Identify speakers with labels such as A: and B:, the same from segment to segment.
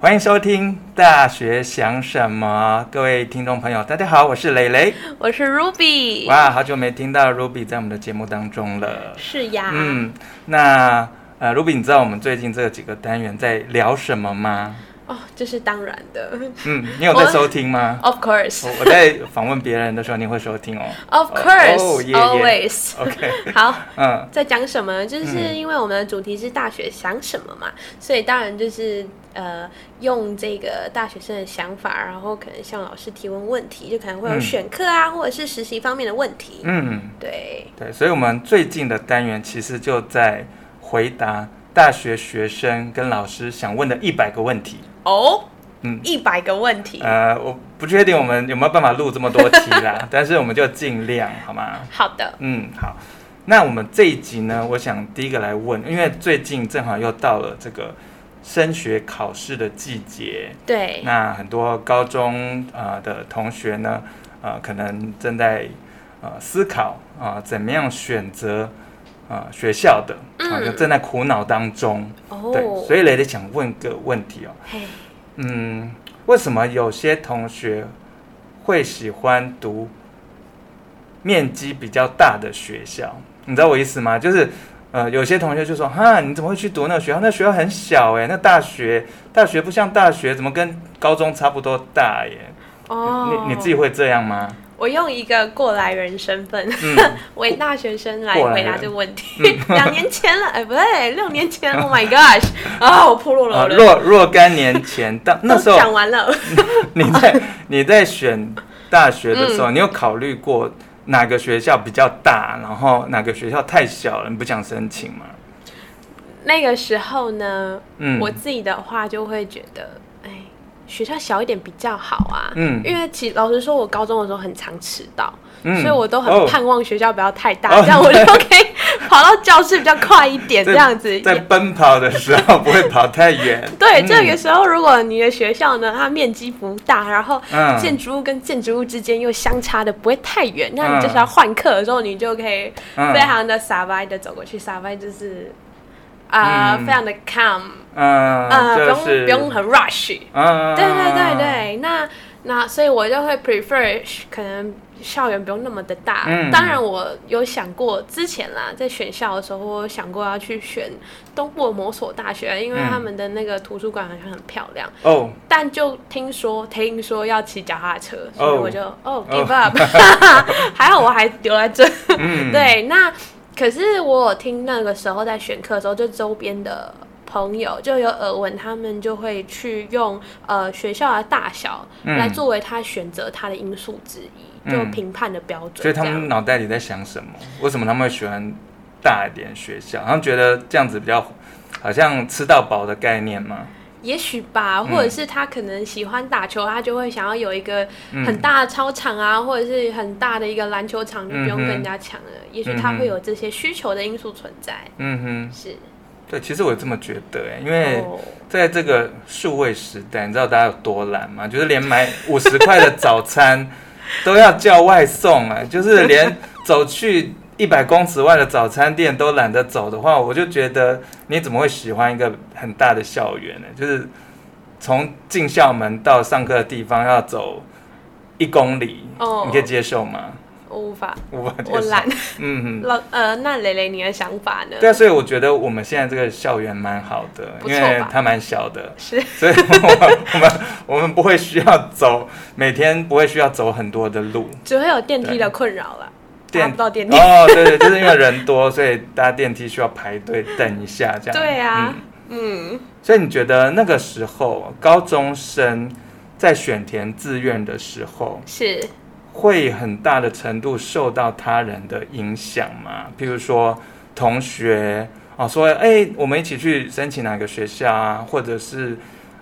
A: 欢迎收听《大学想什么》，各位听众朋友，大家好，我是蕾蕾。
B: 我是 Ruby。
A: 哇，好久没听到 Ruby 在我们的节目当中了。
B: 是呀，
A: 嗯，那呃，Ruby，你知道我们最近这几个单元在聊什么吗？
B: 哦，这是当然的
A: 嗯，你有在收听吗？
B: ，Of course,
A: 我我在访问别人的时候，你会收听哦。
B: Of
A: 哦
B: course,
A: 耶耶
B: always。
A: OK，
B: 好，
A: 嗯，
B: 在讲什么？就是
A: 嗯
B: 因为我们的主题是大学想什么嘛，所以当然就是呃，用这个大学生的想法，然后可能向老师提问问题，就可能会有
A: 嗯
B: 选课啊，或者是实习方面的问题。
A: 嗯，
B: 对，
A: 对，所以我们最近的单元其实就在回答大学学生跟老师想问的一百个问题。
B: 哦，
A: 嗯
B: 一百个问题。
A: 呃，我不确定我们有没有办法录这么多题啦， 但是我们就尽量，好吗？
B: 好的，
A: 嗯，好。那我们这一集呢，我想第一个来问，因为最近正好又到了这个升学考试的季节，
B: 对，
A: 那很多高中呃的同学呢，呃，可能正在呃思考啊、呃怎么样选择呃学校的啊、
B: 嗯
A: 就正在苦恼当中。对，
B: 哦，
A: 所以蕾蕾想问个问题哦，
B: 嘿，
A: 嗯，为什么有些同学会喜欢读面积比较大的学校？你知道我意思吗？就是呃，有些同学就说：“哈，你怎么会去读那个学校？那学校很小欸诶、那大学大学不像大学，怎么跟高中差不多大耶？”
B: 哦，
A: 你你自己会这样吗？
B: 我用一个过来人身份，
A: 嗯
B: 为大学生来
A: 过来
B: 回
A: 人
B: 答这个问题。
A: 嗯
B: 两年前了，哎，不对，六年前。Oh my gosh！啊，我破落了
A: 啊，
B: 我的。
A: 若若干年前，当那时
B: 都讲
A: 候
B: 完了，
A: 你在你在选大学的
B: 嗯
A: 时候，你有考虑过哪个学校比较大，然后哪个学校太小了，你不想申请吗？
B: 那个时候呢，
A: 嗯，
B: 我自己的话就会觉得，哎，学校小一点比较好啊。
A: 嗯
B: 因为其老实说，我高中的时候很常迟到，
A: 嗯
B: 所以我都很
A: 哦
B: 盼望学校不要太大，
A: 哦
B: 这样我就可以 跑到教室比较快一点，
A: 在
B: 这样子。
A: 在奔跑的时候不会跑太远。
B: 对，
A: 嗯
B: 这个时候如果你的学校呢，它面积不大，然后
A: 嗯
B: 建筑物跟建筑物之间又相差的不会太远，那
A: 嗯
B: 你就是要换课的时候，你就可以
A: 嗯
B: 非常的傻白的走过去，傻白就是啊、
A: 嗯
B: 非常的 calm，
A: 嗯，
B: 啊、
A: 就
B: 不用
A: 是
B: 不用很 rush。
A: 嗯，
B: 对对对对，
A: 啊
B: 那那所以我就会 prefer 可能校园不用那么的大。
A: 嗯
B: 当然，我有想过之前啦，在选校的时候，我有想过要去选东部的某所大学，因为
A: 嗯
B: 他们的那个图书馆好像很漂亮。
A: 哦，
B: 但就听说听说要骑脚踏车，所以
A: 哦
B: 我就哦 give up，还好我还留在这。
A: 嗯，
B: 对，那可是我有听那个时候在选课的时候，就周边的朋友就有耳闻，他们就会去用呃学校的大小
A: 嗯
B: 来作为他选择他的因素之一，就
A: 嗯
B: 评判的标准这
A: 所以
B: 样。
A: 他们脑袋里在想什么？为什么他们会喜欢大一点学校？他们觉得这样子比较好像吃到饱的概念吗？
B: 也许吧，
A: 嗯
B: 或者是他可能喜欢打球，他就会想要有一个
A: 嗯
B: 很大的操场啊，或者是很大的一个篮球场，就不用
A: 嗯哼
B: 跟人家抢了。也许
A: 嗯
B: 他
A: 哼
B: 会有这些需求的因素存在，
A: 嗯
B: 是。
A: 哼，对，其实我也这么觉得、欸，因为
B: 哦
A: 在这个数位时代，你知道大家有多懒吗？就是连买五十块的早餐 都要叫外送啊，就是连走去一百公尺外的早餐店都懒得走的话，我就觉得你怎么会喜欢一个很大的校园呢？就是从进校门到上课的地方要走一公里，
B: 哦
A: 你可以接受吗？
B: 我无法，
A: 我无法接
B: 我
A: 受。
B: 懒。
A: 嗯哼。
B: 老呃，那蕾蕾你的想法呢？
A: 对啊，所以我觉得我们现在这个校园蛮好的，
B: 不
A: 因
B: 错
A: 为
B: 吧
A: 它蛮小的，
B: 是，
A: 所以我我们 我们不会需要走每天不会需要走很多的路。
B: 只会有电梯的困扰了，
A: 电
B: 搭不到电梯。
A: 哦，对对，就是因为人多，所以搭电梯需要排队等一下这样。
B: 对啊
A: 嗯，
B: 嗯，
A: 所以你觉得那个时候高中生在选填志愿的时候，
B: 是。
A: 会很大的程度受到他人的影响嘛？譬如说同学哦，说哎、我们一起去申请哪个学校啊，或者是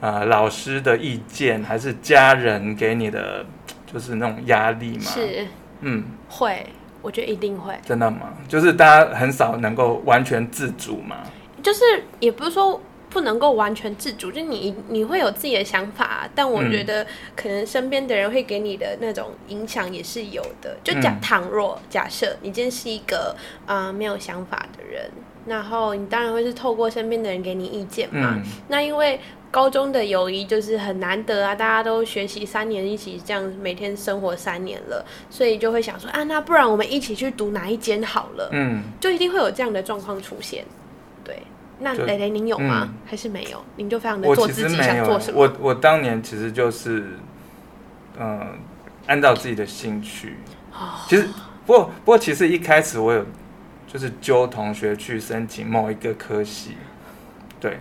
A: 呃老师的意见，还是家人给你的就是那种压力嘛？，
B: 是
A: 嗯，
B: 会，我觉得一定会。
A: 真的吗？就是大家很少能够完全自主嘛。
B: 就是也不是说不能够完全自主，就你你会有自己的想法，但我
A: 嗯
B: 觉得可能身边的人会给你的那种影响也是有的。就假
A: 嗯
B: 倘若假设你今天是一个啊、呃没有啊想法的人，然后你当然会是透过身边的人给你意见嘛。
A: 嗯
B: 那因为高中的友谊就是很难得啊，大家都学习三年，一起这样每天生活三年了，所以就会想说啊，那不然我们一起去读哪一间好了，
A: 嗯，
B: 就一定会有这样的状况出现。对，那
A: 就
B: 蕾蕾您有吗？
A: 嗯
B: 还是没有？您就非常的
A: 我
B: 做
A: 其
B: 自
A: 实
B: 己，
A: 没
B: 想
A: 有欸
B: 做什，么？
A: 我我当年其实就是，嗯、按照自己的兴趣。
B: 哦，
A: 其实不过不过其实一开始我有就是揪同学去申请某一个科系，对。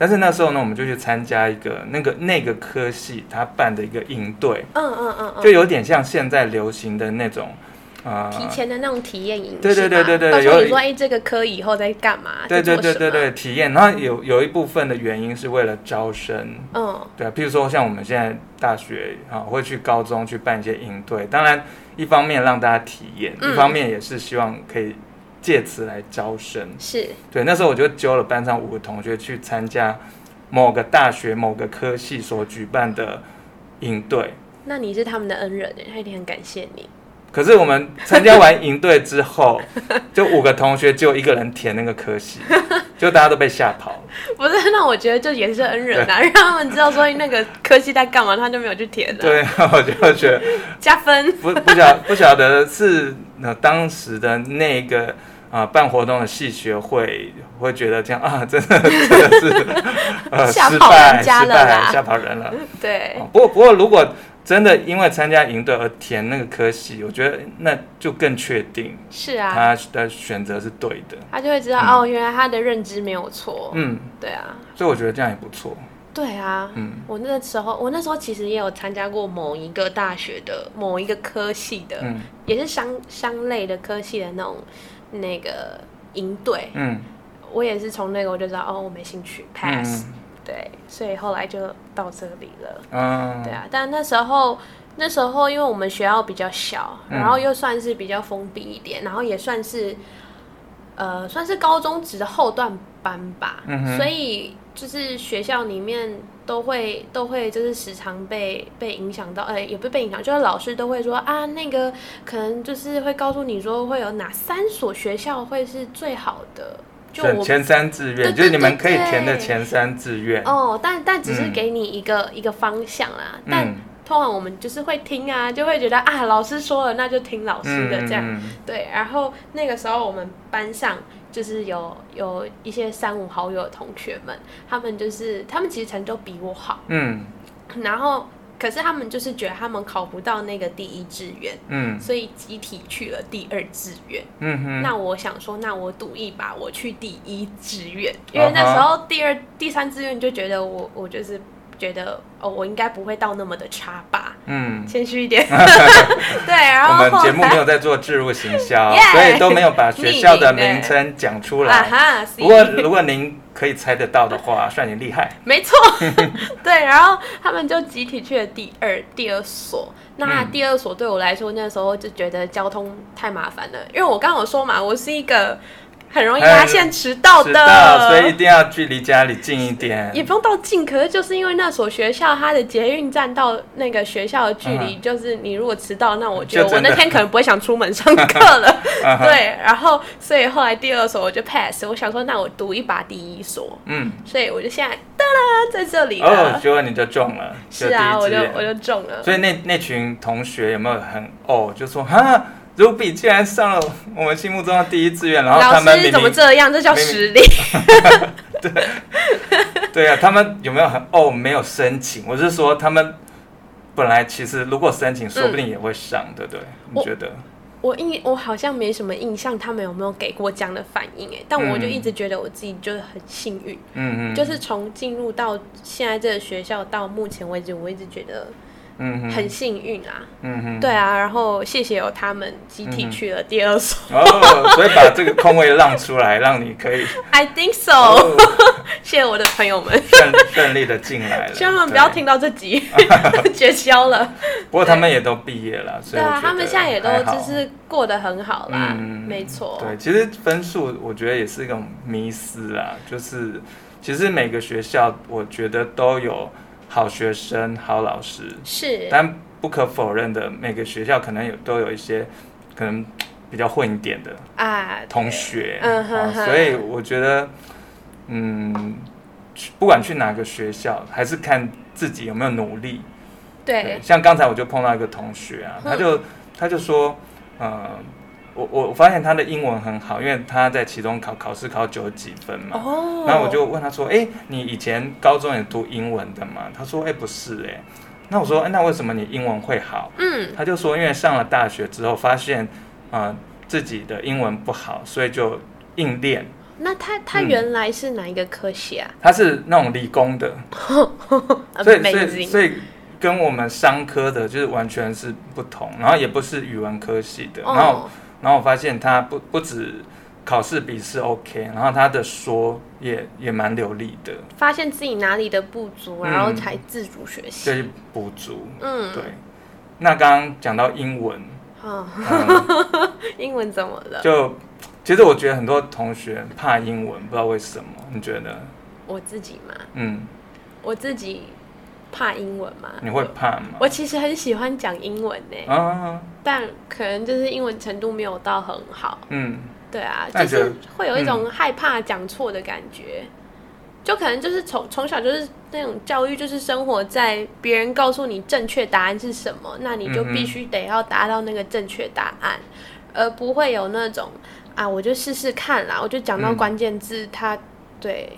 A: 但是那时候呢，我们就去参加一个那个那个科系他办的一个营队，
B: 嗯嗯嗯嗯，
A: 就有点像现在流行的那种，呃，
B: 提前的那种体验营是吧，
A: 对对对对对
B: 到时候
A: 有
B: 你说哎、这个科以后在干嘛？
A: 对对对
B: 在做什
A: 对
B: 么
A: 对，，体验。然后有有一部分的原因是为了招生，
B: 嗯
A: 对啊，譬如说像我们现在大学啊，会去高中去办一些营队，当然一方面让大家体验，
B: 嗯
A: 一方面也是希望可以借此来招生。
B: 是，
A: 对，那时候我就揪了班上五个同学去参加某个大学某个科系所举办的营队。
B: 那你是他们的恩人，他一定很感谢你。
A: 可是我们参加完营队之后，就五个同学只有一个人填那个科系，就大家都被吓跑了。
B: 不是，那我觉得这也是恩人 啊，让他们知道说那个科系在干嘛，他就没有去填了，
A: 对，我就觉得
B: 加分。
A: 不不晓不晓得是呃当时的那个啊、呃办活动的系学会会觉得这样啊，真的真的是呃
B: 吓
A: 失
B: 跑
A: 败
B: 人家
A: 失
B: 了啦
A: 败吓跑人了。
B: 对
A: 哦，不过不过如果真的因为参加营队而填那个科系，我觉得那就更确定
B: 是啊，
A: 他的选择是对的。
B: 他就会知道、
A: 哦嗯
B: 哦，原来他的认知没有错。
A: 嗯，
B: 对啊，
A: 所以我觉得这样也不错。
B: 对啊。
A: 嗯
B: 我那时候，我那时候其实也有参加过某一个大学的某一个科系的，
A: 嗯
B: 也是商商类的科系的那种那个营队，
A: 嗯
B: 我也是从那个我就知道哦，我没兴趣，pass、
A: 嗯
B: 对，所以后来就到这里了。
A: 嗯
B: 对，啊，但那时候那时候因为我们学校比较小，
A: 嗯
B: 然后又算是比较封闭一点，然后也算是呃算是高中职的后段班吧，
A: 嗯哼
B: 所以就是学校里面。都会都会就是时常被被影响到，呃，也不是被影响，就是老师都会说啊，那个可能就是会告诉你说会有哪三所学校会是最好的，就
A: 选
B: 我
A: 前三志
B: 对
A: 愿就是你
B: 对
A: 们
B: 对
A: 可以填的
B: 对
A: 前三志愿。
B: 哦，但但只是
A: 嗯
B: 给你一个、一个方向啦，但
A: 嗯
B: 通常我们就是会听啊，就会觉得啊，老师说了，那就听老师的这样。
A: 嗯嗯
B: 对，然后那个时候我们班上就是有有一些三五好友的同学们，他们就是他们其实成绩都比我好，
A: 嗯
B: 然后可是他们就是觉得他们考不到那个第一志愿，
A: 嗯
B: 所以集体去了第二志愿。
A: 嗯哼，
B: 那我想说，那我赌一把，我去第一志愿，因为那
A: 啊
B: 时候第二、第三志愿就觉得我我就是觉得哦，我应该不会到那么的差吧。
A: 嗯，
B: 谦 虚一点。对，然
A: 我
B: 后
A: 们
B: 后
A: 节目没
B: 来
A: 有在做置入行销
B: Yeah，
A: 所以都没有把学校的名称讲出
B: 啊
A: 来。
B: 哈，
A: 不过
B: see
A: 如果您可以猜得到的话，算你厉害。
B: 没错，对，然后他们就集体去了第二第二所。那
A: 嗯
B: 第二所对我来说，那时候就觉得交通太麻烦了，因为我刚刚有说嘛，我是一个很容易
A: 很
B: 压线迟到
A: 知
B: 的，
A: 道，所以一定要距离家里近一点。
B: 也不用到近，可是就是因为那所学校它的捷运站到那个学校的距离，就是你如果迟到，那我觉
A: 嗯
B: 得
A: 就
B: 我
A: 真的
B: 那天可能不会想出门上课 了。
A: 啊哈，
B: 对，然后所以后来第二所我就 pass，我想说那我读一把第一所，
A: 嗯，
B: 所以我就现在哒啦在这里
A: 哦，
B: 了。
A: 结果你就中了，
B: 是啊，
A: 就
B: 我
A: 第一
B: 就
A: 志愿
B: 我就中了。
A: 所以那那群同学有没有很哦，就说哈，Ruby 竟然上了我们心目中的第一志愿，然后
B: 老
A: 他们
B: 师
A: 明
B: 怎么
A: 明
B: 这样？这叫
A: 明明
B: 实力。
A: 对啊，他们有没有很哦没有申请？我是说他们本来其实如果申请，说不定也会上，对不对？你
B: 我
A: 觉得？
B: 我印我好像没什么印象，他们有没有给过这样的反应？哎，但我就
A: 嗯
B: 一直觉得我自己就是很幸运。
A: 嗯嗯，
B: 就是从进入到现在这个学校到目前为止，我一直觉得
A: 嗯哼
B: 很幸运啊。
A: 嗯哼，
B: 对啊，然后谢谢有他们集体去了第二所、
A: 哦，所以把这个空位让出来，让你可以
B: i think so、
A: 哦
B: 谢谢我的朋友们，
A: 顺顺利的进来了。
B: 希望他们不要
A: 对
B: 听。到这 集，绝交了。
A: 不过他们也都毕业了，所
B: 对
A: 以我
B: 啊，
A: 觉
B: 他们
A: 得
B: 现在也都
A: 还好
B: 就是过得很好啦，
A: 嗯
B: 没错。
A: 对，其实分数我觉得也是一种迷思啦，就是其实每个学校我觉得都有好学生、好老师，
B: 是，
A: 但不可否认的，每个学校可能有都有一些可能比较混一点的
B: 啊，对
A: 同学，
B: 嗯哼
A: 啊
B: 哼
A: 所以我觉得，嗯，去不管去哪个学校，还是看自己有没有努力。
B: 对，嗯
A: 像刚才我就碰到一个同学啊，他就他就说，呃，我我我发现他的英文很好，因为他在期中考考试考九十几分嘛。
B: 哦，
A: 然后我就问他说：“哎、你以前高中也读英文的吗？”他说：“哎、不是哎、那我说：“哎、那为什么你英文会好？”
B: 嗯，
A: 他就说：“因为上了大学之后，发现呃自己的英文不好，所以就硬练。
B: 那他他
A: 嗯
B: 原来是哪一个科系啊
A: 他是那种理工的，所以所以
B: ？Amazing，
A: 所以跟我们商科的就是完全是不同，然后也不是语文科系的。然后
B: 哦，
A: 然后我发现他不不止考试笔试 OK，然后他的说也也蛮流利的，
B: 发现自己哪里的不足，
A: 嗯
B: 然后才自主学
A: 就
B: 习。
A: 是补足。
B: 嗯，
A: 对，那刚刚讲到英文，
B: 啊，
A: 嗯、
B: 英文怎么了？
A: 就其实我觉得很多同学怕英文，不知道为什么，你觉得？
B: 我自己嘛，
A: 嗯，
B: 我自己怕英文嘛。
A: 你会怕吗？
B: 我其实很喜欢讲英文呢、
A: 啊，
B: 但可能就是英文程度没有到很好。
A: 嗯，
B: 对啊，
A: 那
B: 就
A: 你觉得
B: 是会有一
A: 嗯
B: 种害怕讲错的感觉，就可能就是从从小就是那种教育，就是生活在别人告诉你正确答案是什么，那你就
A: 嗯哼
B: 必须得要达到那个正确答案，而不会有那种啊，我就试试看啦，我就讲到
A: 嗯
B: 关键字，它对。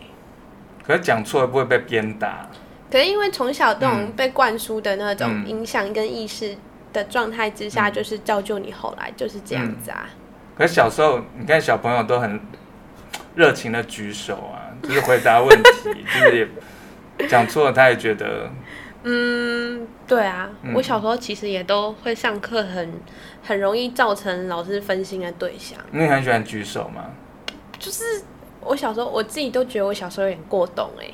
A: 可是讲错了不会被鞭打。
B: 可是因为从小这种
A: 嗯
B: 被灌输的那种
A: 嗯
B: 影响跟意识的状态之下，
A: 嗯
B: 就是造就你后来就是这样子啊。
A: 可是小时候，你看小朋友都很热情的举手啊， 就是回答问题，就是也讲错了，他也觉得
B: 嗯，对啊，
A: 嗯
B: 我小时候其实也都会上课很很容易造成老师分心的对象。
A: 你很喜欢举手嘛，
B: 就是我小时候我自己都觉得我小时候有点过动哎、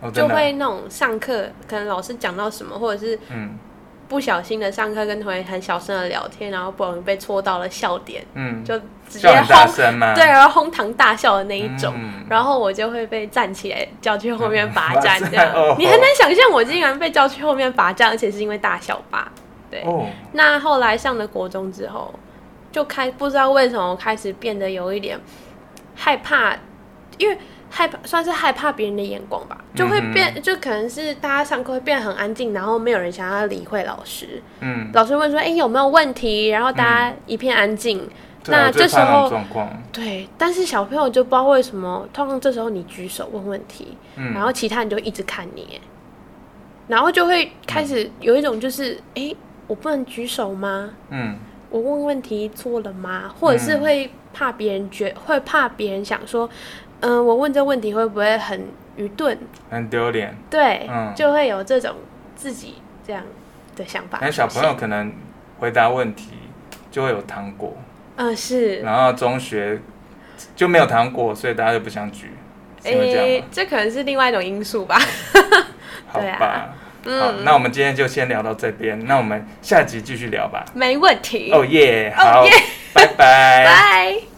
A: 哦，
B: 就
A: 真的啊，
B: 会那种上课可能老师讲到什么，或者是
A: 嗯
B: 不小心的上课跟同学很小声的聊天，然后不容易被戳到了笑点，
A: 嗯，
B: 就直接
A: 笑很大
B: 哄
A: 声嘛，
B: 对，然后哄堂大笑的那一种。
A: 嗯
B: 然后我就会被站起来叫去后面罚站，
A: 嗯
B: 这样、
A: 罚 站哦
B: 你很难想象我竟然被叫去后面罚站，而且是因为大小吧？对，
A: 哦，
B: 那后来上了国中之后，就开不知道为什么我开始变得有一点害怕，因为害怕算是害怕别人的眼光
A: 嗯
B: 吧，就会变，就可能是大家上课会变得很安静，然后没有人想要理会老师。
A: 嗯，
B: 老师问说：“哎、有没有问题？”然后大家一片安静。
A: 对啊
B: 那
A: 我最
B: 这时
A: 怕那种
B: 候
A: 状况，
B: 对，但是小朋友就不知道为什么，通常这时候你举手问问题，
A: 嗯
B: 然后其他人就一直看你耶，然后就会开始有一种就是，哎、我不能举手吗？
A: 嗯
B: 我问问题错了吗？或者是
A: 嗯
B: 会怕别人觉，会怕别人想说，嗯、我问这问题会不会很愚钝？
A: 很丢脸。
B: 对，
A: 嗯
B: 就会有这种自己这样的想法。
A: 但小朋友，可能回答问题就会有糖果，
B: 嗯、是，
A: 然后中学就没有糖果，所以大家就不想举，是因为这样吗？哦
B: 这可能是另外一种因素吧。
A: 好
B: 对啊
A: 吧，好，那我们今天就先聊到这边，那我们下集继续聊吧。
B: 没问题，
A: 哦耶，
B: 哦
A: 好
B: 耶，
A: 拜拜。
B: 拜。